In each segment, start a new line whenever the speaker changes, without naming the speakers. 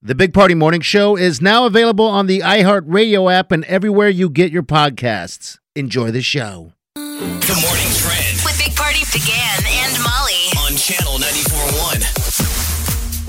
The Big Party Morning Show is now available on the iHeartRadio app and everywhere you get your podcasts. Enjoy the show.
The morning trend
With Big Party began and Molly.
on channel 94.1.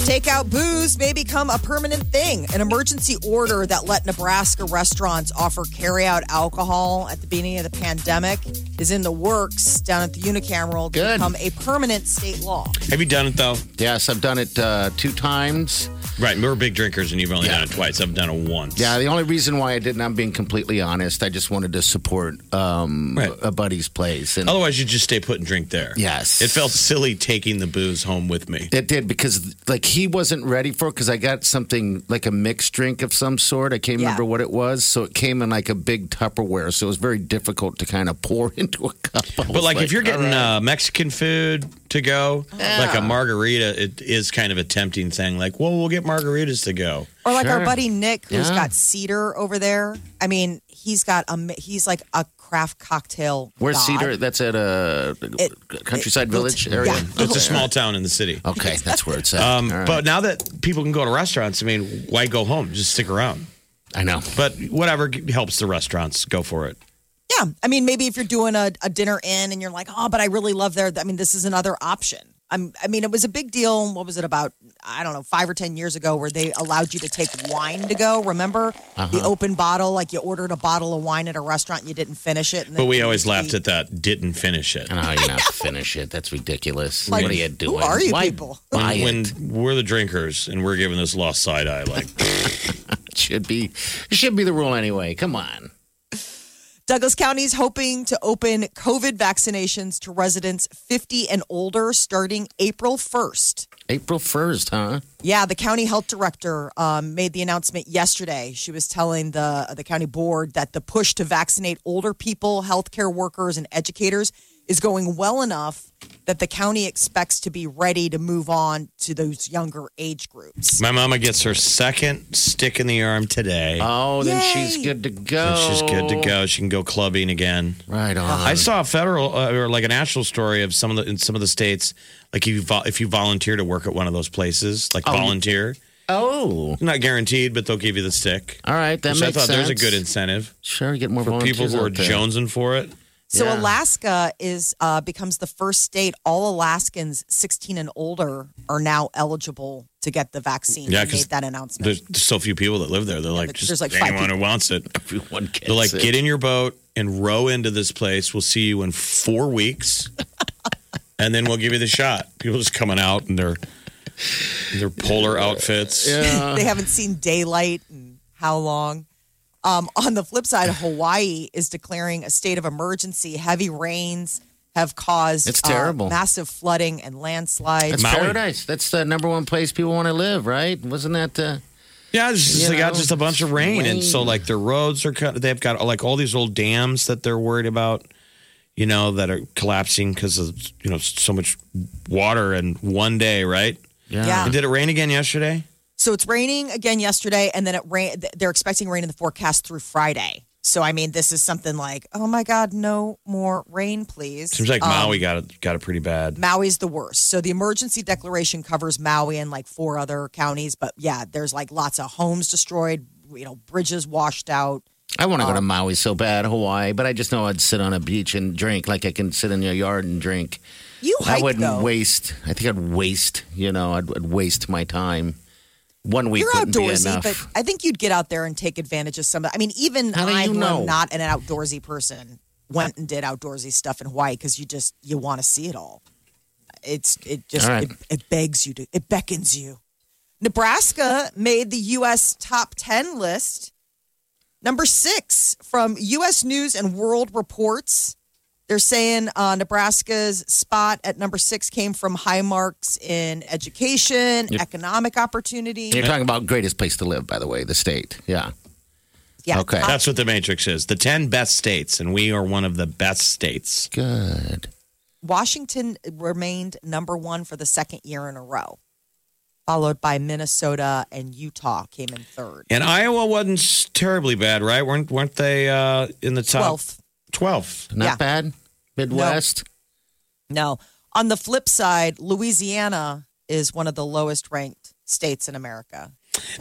Takeout booze may become a permanent thing. An emergency order that let Nebraska restaurants offer carryout alcohol at the beginning of the pandemic is in the works down at the Unicameral to
Good.
become a permanent state law.
Have you done it though?
Yes, I've done it uh, two times.
Right, we we're big drinkers, and you've only
Yeah.
done it twice. I've done it once.
Yeah, the only reason why I didn't, I'm being completely honest, I just wanted to support um,
Right.
a buddy's place. And
Otherwise, you just stay put and drink there.
Yes.
It felt silly taking the booze home with me.
It did because like he wasn't ready for it because I got something like a mixed drink of some sort. I can't
Yeah.
remember what it was. So it came in like a big Tupperware. So it was very difficult to kind of pour into a cup. I
But
was
like, if you're
all
getting
right.
uh, Mexican food to go, like a margarita, it is kind of a tempting thing. Like, well, we'll get margaritas to go.
Or like our
Sure.
buddy Nick, who's
Yeah.
got cedar over there. I mean, he's got a mi- he's like a craft cocktail.
Where's
god.
Cedar? That's at a
It-
countryside
it-
village area.
yeah.
It's a small town in the city.
Oh. Okay, that's where it's at.
Um,
All right.
But now that people can go to restaurants, I mean, why go home? Just stick around.
I know.
But whatever g- helps the restaurants, go for it.
Yeah, I mean, maybe if you're doing a, a dinner in and you're like, oh, but I really love their. I mean, this is another option. I'm, I mean, it was a big deal. What was it about? I don't know, five or ten years ago, where they allowed you to take wine to go. Remember
Uh-huh.
the open bottle? Like you ordered a bottle of wine at a restaurant, and you didn't finish it. And
But
then
we
you
always
just
laughed at
eat.
that. Didn't finish it.
I know how you not finish it. That's ridiculous.
Like,
what are you
who
doing?
are you
Why
people?
When,
buy
when
it?
we're the drinkers and we're giving this lost side eye, like,
It should be it should be the rule anyway. Come on.
Douglas County is hoping to open COVID vaccinations to residents 50 and older starting April 1st.
April first, huh?
Yeah, the county health director um, made the announcement yesterday. She was telling the the county board that the push to vaccinate older people, healthcare workers, and educators is going well enough that the county expects to be ready to move on to those younger age groups.
My mama gets her second stick in the arm today.
Oh, then
Yay.
she's good to go.
and she's good to go. She can go clubbing again.
Right on.
Uh-huh.
I saw a federal uh, or like a national story of some of the in some of the states, like you vo- if you volunteer to work at one of those places, like volunteer,
oh.
not guaranteed, but they'll give you the stick.
All right, that
Which I
makes
thought
sense.
there's a good incentive
Sure, get more
for people
volunteers
who are
out there.
jonesing for it.
So
Yeah.
Alaska is uh, becomes the first state all Alaskans 16 and older are now eligible to get the vaccine.
Yeah,
They
'cause
made that announcement.
There's so few people that live there. They're like
but
just
there's like five
anyone who wants it.
Everyone gets
They're like,
it.
get in your boat and row into this place. We'll see you in four weeks, and then we'll give you the shot. People just coming out in their their polar outfits.
they haven't seen daylight and how long. Um, on the flip side, Hawaii is declaring a state of emergency. Heavy rains have caused
It's
uh,
terrible.
massive flooding and landslides.
That's
Maui.
paradise. That's the number one place people want to live, right? Wasn't that uh, the
Yeah, it's just,
You
they got
know,
just a bunch of rain, and so
rain.
like their roads are cut. They've got like all these old dams that they're worried about, you know, that are collapsing because of you know so much water in one day, right?
Yeah.
And did it rain again yesterday?
So it's raining again yesterday, and then it rain. They're expecting rain in the forecast through Friday. So I mean, this is something like, oh my God, no more rain, please.
Seems like
Um,
Maui got it got it pretty bad.
Maui's the worst. So the emergency declaration covers Maui and like four other counties, but yeah, there's like lots of homes destroyed, you know, bridges washed out.
I want to
Oh.
go to Maui so bad, Hawaii, but I just know I'd sit on a beach and drink like I can sit in your yard and drink.
You
I
hike
wouldn't
though.
waste. I think I'd waste, you know, I'd, I'd waste my time. One week
You're
wouldn't be
outdoorsy,
enough.
but I think you'd get out there and take advantage of some. I mean, even
How do
I,
you
who
know?
am not an outdoorsy person, went and did outdoorsy stuff in Hawaii because you just you want to see it all. It's it just
All right.
it, it begs you to it beckons you. Nebraska made the U.S. top ten list, number six from U.S. News and World Reports. They're saying uh, Nebraska's spot at number six came from high marks in education, economic opportunity.
You're talking about greatest place to live, by the way, the state. Yeah.
Yeah.
Okay.
That's what the Matrix is. The 10 best states, and we are one of the best states.
Good.
Washington remained number one for the second year in a row, followed by Minnesota and Utah came in third.
And Iowa wasn't s- terribly bad, right? Weren't weren't they uh, in the top
Twelfth.
12th.
Not
Yeah.
bad. Midwest.
No. On the flip side, Louisiana is one of the lowest ranked states in America.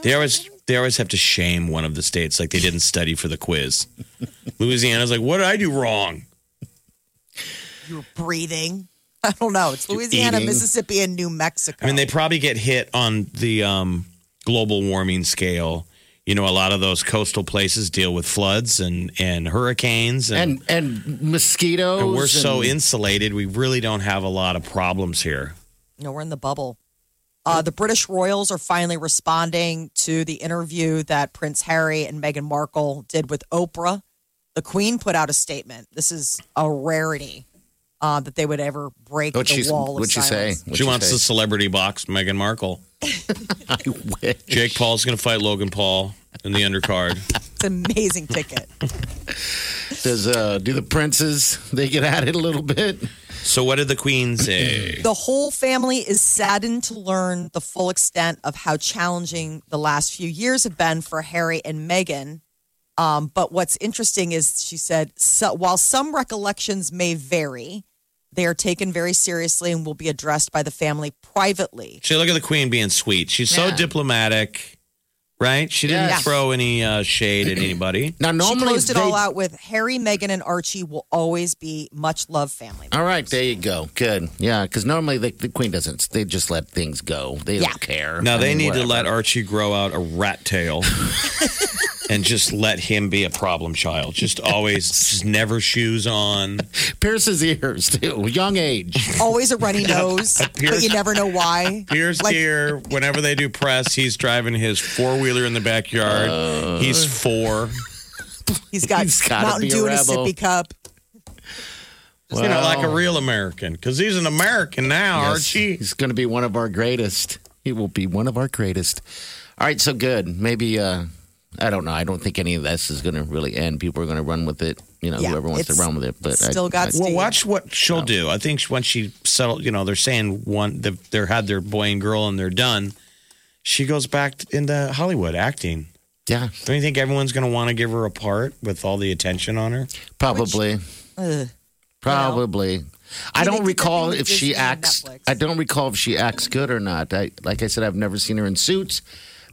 They always they always have to shame one of the states like they didn't study for the quiz. Louisiana's like, what did I do wrong?
You're breathing. I don't know. It's Louisiana,
eating.
Mississippi, and New Mexico.
I mean, they probably get hit on the um, global warming scale. You know, a lot of those coastal places deal with floods and and hurricanes, and,
And and mosquitoes.
and we're so
and-
insulated. We really don't have a lot of problems here.
No, we're in the bubble. Uh, the British royals are finally responding to the interview that Prince Harry and Meghan Markle did with Oprah. The Queen put out a statement. This is a rarity uh, that they would ever break
What'd
the
she,
wall of
what'd she say?
silence.
What'd
she wants
say?
the celebrity box, Meghan Markle.
I wish.
Jake Paul's going to fight Logan Paul in the undercard.
It's an amazing ticket.
Does uh, do the princes they get at it a little bit?
so, what did the Queen say?
The whole family is saddened to learn the full extent of how challenging the last few years have been for Harry and Meghan. Um, but what's interesting is she said, so, while some recollections may vary, they are taken very seriously and will be addressed by the family privately.
See, look at the Queen being sweet. She's so
Yeah.
diplomatic, right? She didn't
Yes.
throw any uh, shade at anybody.
Now
she
normally
closed it
they-
all out with Harry, Meghan, and Archie will always be much loved family.
All right, there you go. Good. Yeah, because normally the, the queen doesn't. They just let things go. They
Yeah.
don't care.
Now
I
they
mean,
need to
whatever.
let Archie grow out a rat tail and just let him be a problem child. Just always, just never shoes on.
pierce his ears too. Young age.
Always a runny nose, but you never know why.
Here's
Like-
here. Whenever they do press, he's driving his four wheeler in the backyard. he's four.
He's got
He's gotta
Mountain
be a
Dew in a
rebel.
sippy cup.
You know, like a real American, because he's an American now, Archie.
He's going to be one of our greatest. He will be one of our greatest. All right, so good. Maybe uh, I don't know. I don't think any of this is going to really end. People are going to run with it. You know,
Yeah,
whoever wants to
it's
run with it. But
still
I,
got
I-
steam.
Well, watch what she'll do. I think once she settled, you know, they're saying one, they've, they're had their boy and girl, and they're done. She goes back into Hollywood acting.
yeah,
Don't you think everyone's going to want to give her a part with all the attention on her?
probably.
Ugh.
Probably. I
they
don't
did that
recall
thing with
if she
Disney and
acts.
Netflix.
I don't recall if she acts good or not. I, like I said, I've never seen her in suits,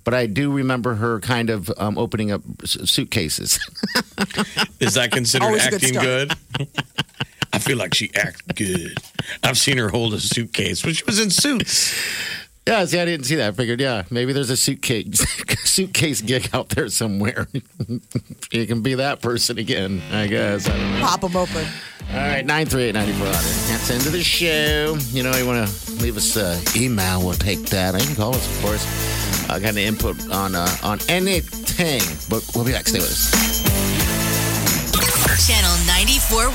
but I do remember her kind of um, opening up s- suitcases.
Is that considered
Always a good
acting good? I feel like she acts good. I've seen her hold a suitcase, but she was in suits.
yeah, see, I didn't see that. I figured, yeah, maybe there's a suitcase suitcase gig out there somewhere. you can be that person again, I guess. I don't know.
pop them open.
All right, 938 That's the end of the show. You know, you want to leave us an email, we'll take that. And you can call us, of course. Uh, got any input on uh, on anything, but we'll be back. Stay with us.
Channel 94.1.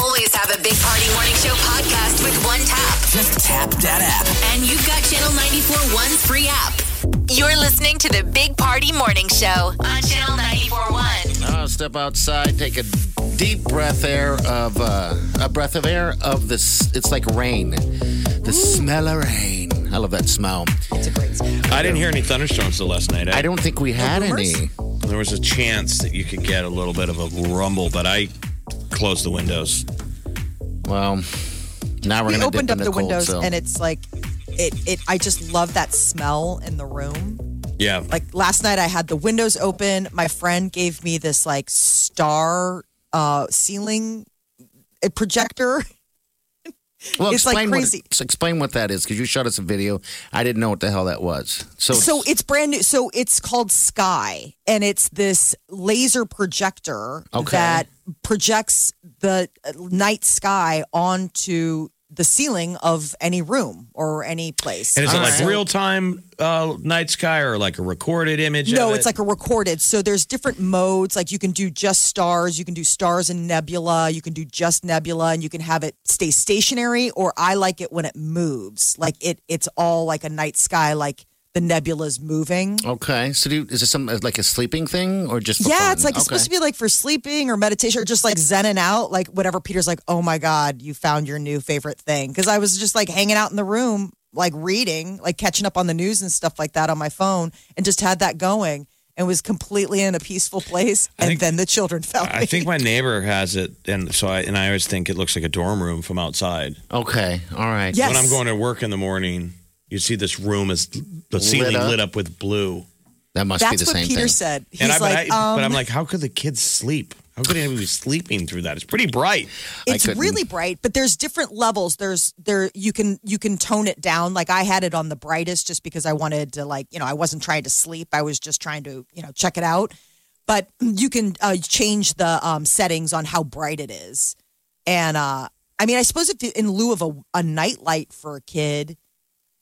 Always have a Big Party Morning Show podcast with one tap. Just tap that app. And you've got Channel 94.1's free app. You're listening to the Big Party Morning Show on Channel 94.1.
Now Uh, step outside, take a deep breath air of uh, a breath of air of this. It's like rain, the smell of rain. I love that smell.
I didn't hear any thunderstorms the last night.
I don't think we had any.
There was a chance that you could get a little bit of a rumble, but I closed the windows.
Well, now we're
We
gonna dip
opened up
in
the,
the cold,
windows,
so-
and it's like, it, it. I just love that smell in the room.
Yeah,
Like last night, I had the windows open. My friend gave me this like star uh, ceiling uh, projector.
Well,
It's like
explain what-
crazy.
so explain what that is because you showed us a video. I didn't know what the hell that was. So,
So it's brand new. So it's called Sky, and it's this laser projector
Okay.
that projects the night sky uh, onto the ceiling of any room or any place.
And is it
All
like
right.
real time uh, night sky or like a recorded image?
No,
of
it's
it?
like a recorded. So there's different modes. Like you can do just stars, you can do stars and nebula, you can do just nebula, and you can have it stay stationary. Or I like it when it moves. Like it, it's all like a night sky, like the nebula's moving.
Okay. So, do, is it some uh, like a sleeping thing or just? for
yeah,
fun?
it's like it's
Okay.
supposed to be like for sleeping or meditation or just like zenning out. Like whatever. Peter's like, oh my god, you found your new favorite thing. Because I was just like hanging out in the room, like reading, like catching up on the news and stuff like that on my phone, and just had that going. And was completely in a peaceful place, and
think-
then the children found
I
me.
think my neighbor has it, and so I and I always think it looks like a dorm room from outside.
Okay. All right.
Yes.
When I'm going to work in the morning, you see this room is the ceiling
up.
lit up with blue.
That must
That's
be the
what
same
Peter
thing.
said. He's
And I,
like,
but, I,
um,
but I'm like, how could the kids sleep? How could anybody be sleeping through that? It's pretty bright.
it's
couldn't.
really bright but there's different levels there's there you can you can tone it down like i had it on the brightest just because i wanted to like you know i wasn't trying to sleep i was just trying to you know check it out but you can uh, change the um, settings on how bright it is and uh i mean i suppose if you- in lieu of a, a night light for a kid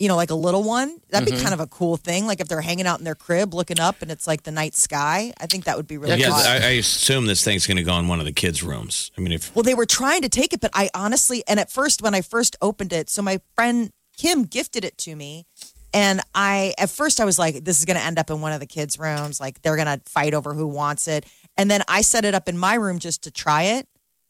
you know like a little one that'd
Mm-hmm.
be kind of a cool thing like if they're hanging out in their crib looking up and it's like the night sky i think that would be really
Yeah,
awesome.
I, I assume this thing's going to go in one of the kids' rooms. I mean, if
Well, they were trying to take it, but I honestly, and at first when I first opened it, so my friend Kim gifted it to me. And I, at first, I was like, this is going to end up in one of the kids' rooms. Like, they're going to fight over who wants it. And then I set it up in my room just to try it.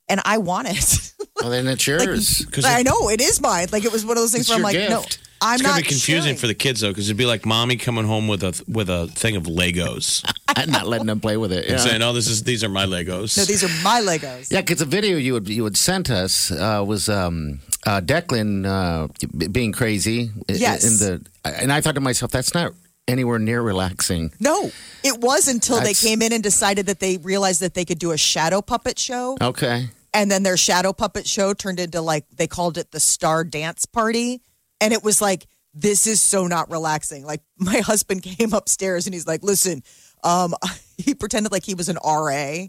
And I want it.
Well, then it's yours.
But I know it is mine. Like, it was one of those
It's
things where I'm like,
your
no,
gift.
I'm
it's
not.
going to be confusing for the kids though, because it'd be like mommy coming home with a with a thing of Legos
I'm not letting them play with it.
and
Yeah.
saying, "Oh, this is these are my Legos."
No, these are my Legos.
Yeah, because the video you had, you had sent us uh, was um, uh, Declan uh, b- being crazy. i-
Yes.
In the and I thought to myself, that's not anywhere near relaxing.
No, it was until
That's-
they came in and decided that they realized that they could do a shadow puppet show.
Okay.
and then their shadow puppet show turned into like they called it the star dance party and it was like this is so not relaxing like my husband came upstairs and he's like listen um he pretended like he was an ra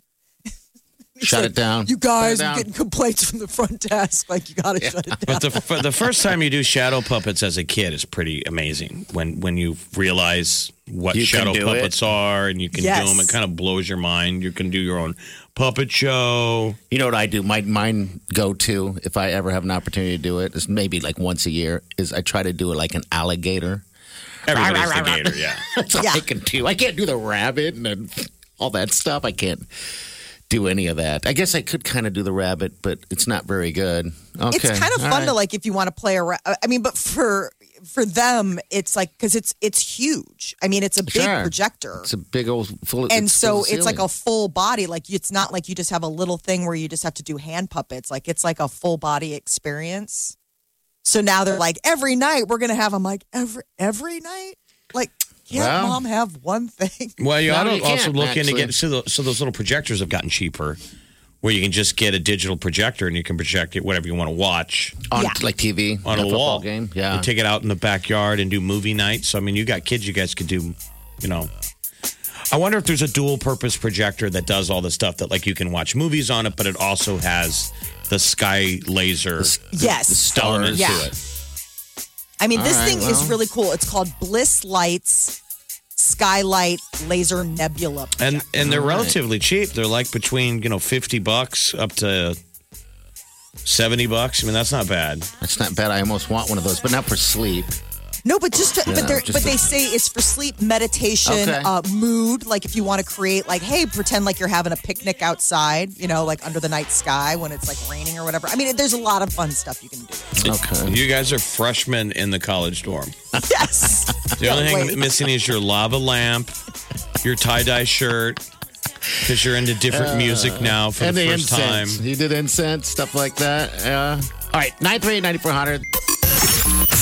Shut it down.
you guys
Shut it
are
down.
getting complaints from the front desk like you gotta shut it down
But the f- the first time you do shadow puppets as a kid is pretty amazing. When when you realize what
You can
shadow
do
puppets are and you can do 'em,
Yes.
do them, it kind of blows your mind. You can do your own puppet show.
You know what I do? My mine go to if I ever have an opportunity to do it is maybe like once a year is I try to do it like an alligator.
Everybody's the gator, yeah.
That's all
Yeah.
I can do. I can't do the rabbit and the, all that stuff. I can't do any of that. I guess I could kind of do the rabbit, but it's not very good. Okay.
it's kind of
All
fun to like if you want to play around uh, i mean but for for them it's like because it's it's huge i mean it's a big
Sure.
projector
It's a big old full. of-
and
it's
so
full of
it's like a
ceiling.
full body like it's not like you just have a little thing where you just have to do hand puppets like it's like a full body experience so now they're like every night we're gonna have i'm like every every night like can't
Well.
mom have one thing
Well, you
No,
ought to
you
also
can't,
look into
actually.
get so, tho- so those little projectors have gotten cheaper, where you can just get a digital projector and you can project it whatever you want to watch
on
yeah.
like TV
on
the
a
football
wall.
game. Yeah.
you take it out in the backyard and do movie nights. So I mean, you got kids, you guys could do, you know. I wonder if there's a dual purpose projector that does all this stuff that like you can watch movies on it, but it also has the sky laser
yes
stars.
element
Yeah.
to it.
i mean
All
this
right,
thing is
well.
really cool it's called bliss lights skylight laser nebula
And and they're
All right.
relatively cheap. They're like between, you know, fifty bucks up to seventy bucks. I mean, that's not bad.
That's not bad. I almost want one of those, but not for sleep.
No, but just to, but they are
just
but
to-
they say it's for sleep, meditation,
Okay.
uh, mood. Like if you want to create, like, hey, pretend like you're having a picnic outside, you know, like under the night sky when it's like raining or whatever. I mean, there's a lot of fun stuff you can do.
Okay.
You guys are freshmen in the college dorm.
Yes,
The only thing
Wait.
missing is your lava lamp, your tie dye shirt, because you're into different music now for
Uh, and
the
the
first time.
incense. He did incense stuff like that. Yeah. All right. Nine three ninety four hundred.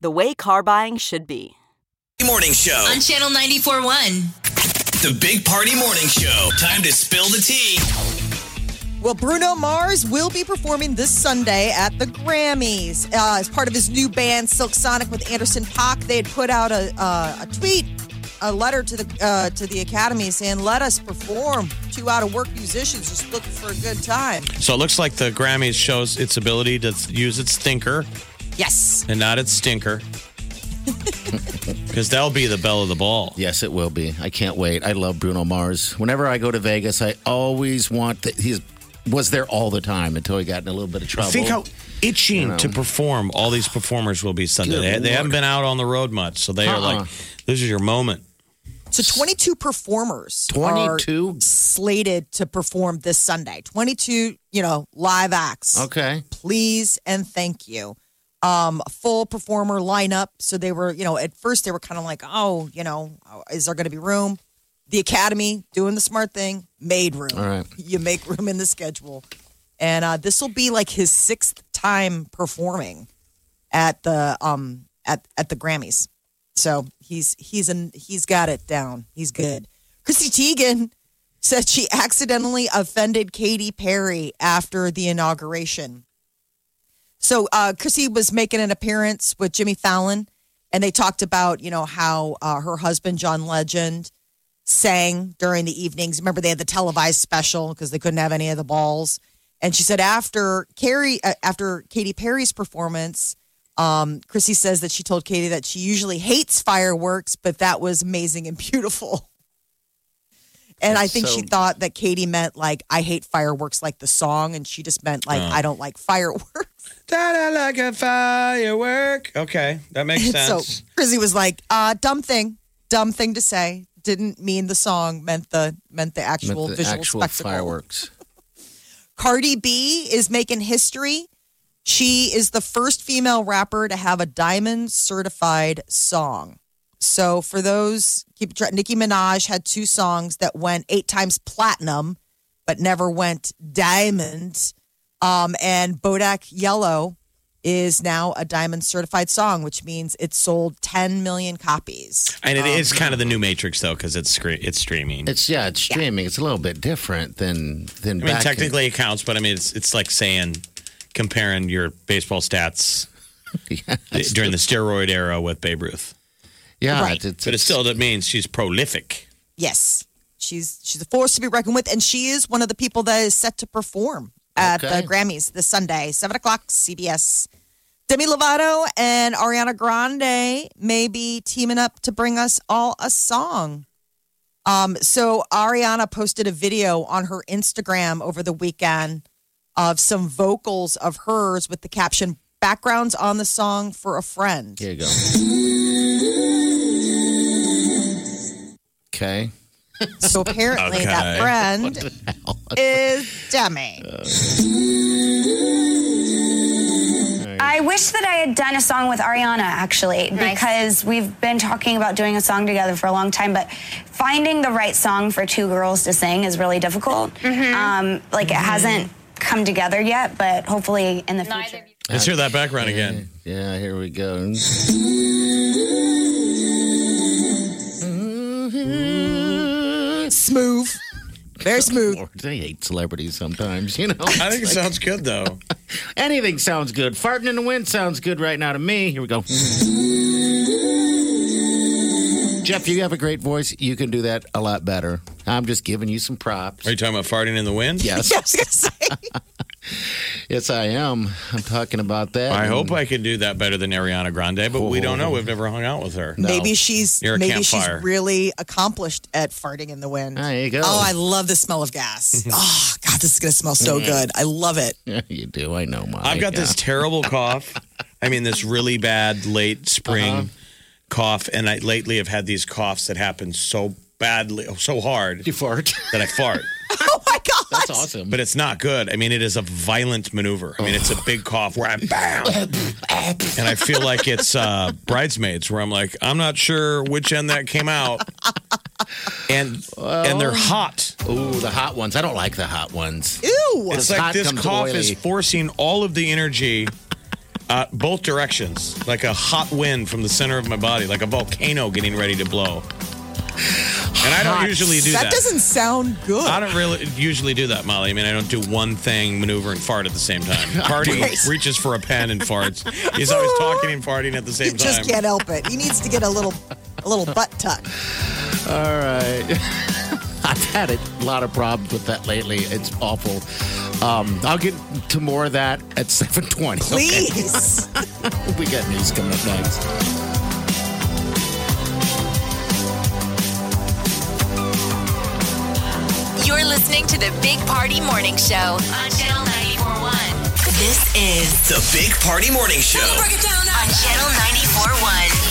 the way car buying should be.
Morning Show.
On Channel 94.1.
The Big Party Morning Show. Time to spill the tea.
Well, Bruno Mars will be performing this Sunday at the Grammys uh, as part of his new band Silk Sonic with Anderson Paak. They had put out a, uh, a tweet, a letter to the uh, to the Academy saying, "Let us perform." Two out of work musicians just looking for a good time.
So it looks like the Grammys shows its ability to use its thinker
Yes,
and not its stinker. Because that'll be the bell of the ball.
Yes, it will be. I can't wait. I love Bruno Mars. Whenever I go to Vegas, I always want that. He's was there all the time until he got in a little bit of trouble.
Think how itching to perform all these performers will be Sunday. They,
Good
they haven't
Lord.
been out on the road much, so they are
Uh-uh.
like, this is your moment.
so 22 performers. are
22?
slated to perform this Sunday. 22, you know, live acts.
Okay.
please and thank you. Um, a full performer lineup. So they were, you know, at first they were kind of like, oh, you know, is there going to be room? The Academy doing the smart thing, made room.
All right.
You make room in the schedule. And uh, this will be like his sixth time performing at the um at at the Grammys. So he's he's an he's got it down. He's good. Chrissy Teigen said she accidentally offended Katy Perry after the inauguration. So uh, Chrissy was making an appearance with Jimmy Fallon, and they talked about you know how uh, her husband John Legend sang during the evenings. Remember they had the televised special because they couldn't have any of the balls. And she said after Carrie, uh, after Katy Perry's performance, um, Chrissy says that she told Katy that she usually hates fireworks, but that was amazing and beautiful. And I
That's
think she
so-
thought that Katy meant like I hate fireworks, like the song, and she just meant
Oh.
like I don't like fireworks.
Da-da like a firework. Okay, that makes
So
sense.
Chrissy was like, uh, dumb thing, dumb thing to say. Didn't mean the song, meant the meant the
Meant
actual
the
visual
actual
spectacle.
fireworks.
Cardi B is making history. She is the first female rapper to have a diamond certified song. So for those keep track, Nicki Minaj had two songs that went eight times platinum, but never went diamond. Um, and Bodak Yellow is now a diamond certified song, which means it sold 10 million copies.
and it is kind of the new Matrix, though, because it's, scre- it's streaming.
It's yeah, it's streaming. It's a little bit different than than
I mean,
back in-
technically it counts, but I mean, it's, it's like saying, comparing your baseball stats during the steroid era with Babe Ruth.
yeah,
Right.
it's,
But it still that means she's prolific.
Yes, she's she's a force to be reckoned with, and she is one of the people that is set to perform at
Okay.
the Grammys this Sunday, seven o'clock, CBS. Demi Lovato and Ariana Grande may be teaming up to bring us all a song. Um, so Ariana posted a video on her Instagram over the weekend of some vocals of hers with the caption "Backgrounds on the song for a friend."
Here you go. Okay.
So apparently, that
Okay.
friend is Demi.
I wish that I had done a song with Ariana actually because we've been talking about doing a song together for a long time, but finding the right song for two girls to sing is really difficult. Um, like it hasn't come together yet, but hopefully in the future.
Let's hear that background again.
Yeah, here we go.
smooth, very smooth.
Mm-hmm. Lord, they hate celebrities sometimes, you know.
I think it sounds good though.
Anything sounds good. Farting in the wind sounds good right now to me. Here we go. Jeff, you have a great voice. You can do that a lot better. I'm just giving you some props.
Are you talking about farting in the wind?
Yes.
Yeah, I was gonna say.
Yes, I am. I'm talking about that.
I hope
And
I can do that better than Ariana Grande, but we don't
Oh.
know. We've never hung out with her.
Maybe she's
Near a
maybe she's
campfire.
really accomplished at farting in the wind.
There you go.
Oh, I love the smell of gas. oh God, this is gonna smell so
Mm-hmm.
good. I love it.
you do. I know, Mike.
I've got
Yeah.
this terrible cough. I mean, this really bad late spring cough, and I lately have had these coughs that happen so badly, so hard
You fart.
that I fart.
Oh my God.
That's awesome.
But it's not good. I mean, it is a violent maneuver. I mean, it's a big cough where I bam, and I feel like it's uh, bridesmaids, where I'm like, I'm not sure which end that came out, and and they're hot.
Ooh, the hot ones. I don't like the hot ones.
Ew.
As
It's like
hot
this
comes
cough
oily.
is forcing all of the energy uh, both directions, like a hot wind from the center of my body, like a volcano getting ready to blow. And I don't usually do that.
That doesn't sound good.
I don't really usually do that, Molly. I mean, I don't do one thing, maneuver and fart at the same time. Party reaches for a pen and farts. He's always talking and farting at the
he
same
just
time.
can't help it. He needs to get a little a little butt tuck.
All right. I've had a lot of problems with that lately. It's awful. Um, I'll get to more of that at 720. okay?
Please.
We got news coming up next.
You're listening to the Big Party Morning Show on Channel 941. This is
The Big Party Morning Show.
on Channel 941.